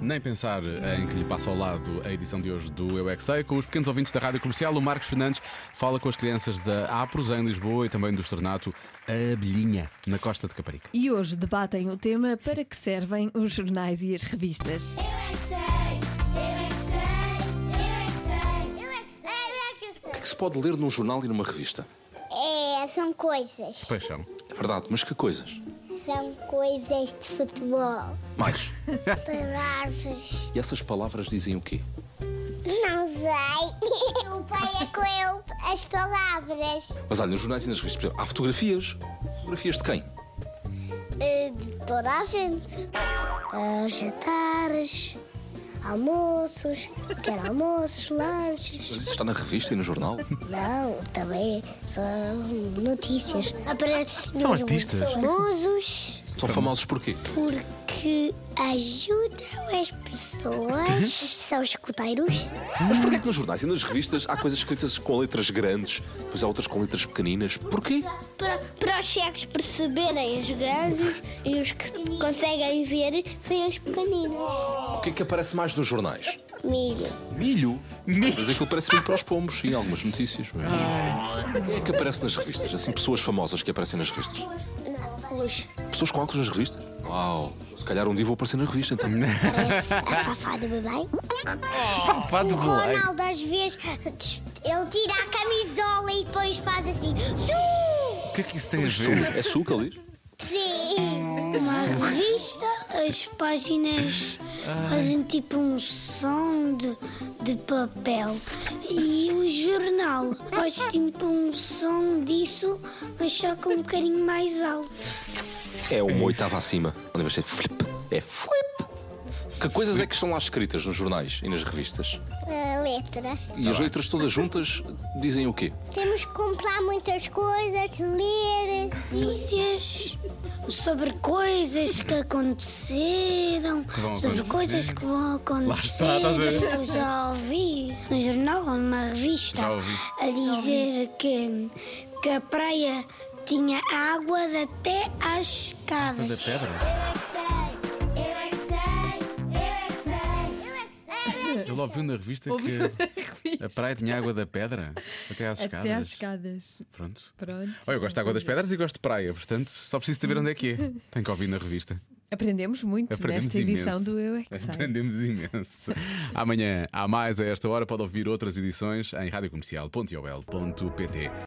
Nem pensar em que lhe passa ao lado a edição de hoje do Eu é Que Sei, com os pequenos ouvintes da Rádio Comercial. O Marcos Fernandes fala com as crianças da Apros em Lisboa e também do externato A Abelhinha, na costa de Caparica. E hoje debatem o tema para que servem os jornais e as revistas. Eu é que sei, eu é que sei, eu é que sei, eu é que sei, eu é que sei. que se pode ler num jornal e numa revista. É, são coisas. Paixão. É verdade, mas que coisas? São coisas de futebol. Mais. Palavras. E essas palavras dizem o quê? Não sei. O pai é que leu as palavras. Mas olha, nos jornais e nas revistas, por exemplo, há fotografias. Fotografias de quem? É De toda a gente. Jantares, almoços, quer almoços, lanches. Mas isso está na revista e no jornal? Não, também são notícias. Aparecem São artistas. famosos São famosos porquê? porque ajudam as pessoas. são escuteiros. Mas porquê que nos jornais e nas revistas há coisas escritas com letras grandes, depois há outras com letras pequeninas? Porquê? Para, para os cegos perceberem os grandes e os que conseguem ver, veem os pequeninos. O que é que aparece mais nos jornais? Milho. Milho. Mas aquilo parece milho para os pombos e algumas notícias. mas- Quem é que aparece nas revistas? Assim, pessoas famosas que aparecem nas revistas. Luz. Pessoas com óculos nas revistas? Uau! Se calhar um dia vou aparecer na revista, então. Parece a Fafá do bebê. Fado de O Ronaldo, às vezes, ele tira a camisola e depois faz assim. O que é que isso tem a ver? É suco, ali? Sim! Uma revista, as páginas fazem tipo um som de, de papel. E o jornal faz tipo um som disso, mas só com um bocadinho mais alto. É uma oitava acima. Onde vai ser flip. É flip. Que coisas é que estão lá escritas nos jornais e nas revistas? letras. E as letras todas juntas dizem o quê? Temos que comprar muitas coisas, ler. notícias sobre coisas que aconteceram, vão sobre acontecer. coisas que vão acontecer. está, estás a ver? Eu já ouvi no jornal ou numa revista Já ouvi. a dizer que, que a praia tinha água de até às Da escadas. pedra. Eu é que sei, eu é que sei, eu é que sei, eu é que sei. Eu logo vi na revista Ouvi na que revista. a praia tinha água da pedra até às escadas. Até às escadas. Pronto. Pronto. Oh, É eu gosto de água das pedras e gosto de praia, portanto, só preciso saber onde é que é. Tenho que ouvir na revista. Aprendemos muito Aprendemos nesta edição imenso. do Eu é que sei. Aprendemos imenso. Amanhã, há mais a esta hora, pode ouvir outras edições em radiocomercial.iol.pt.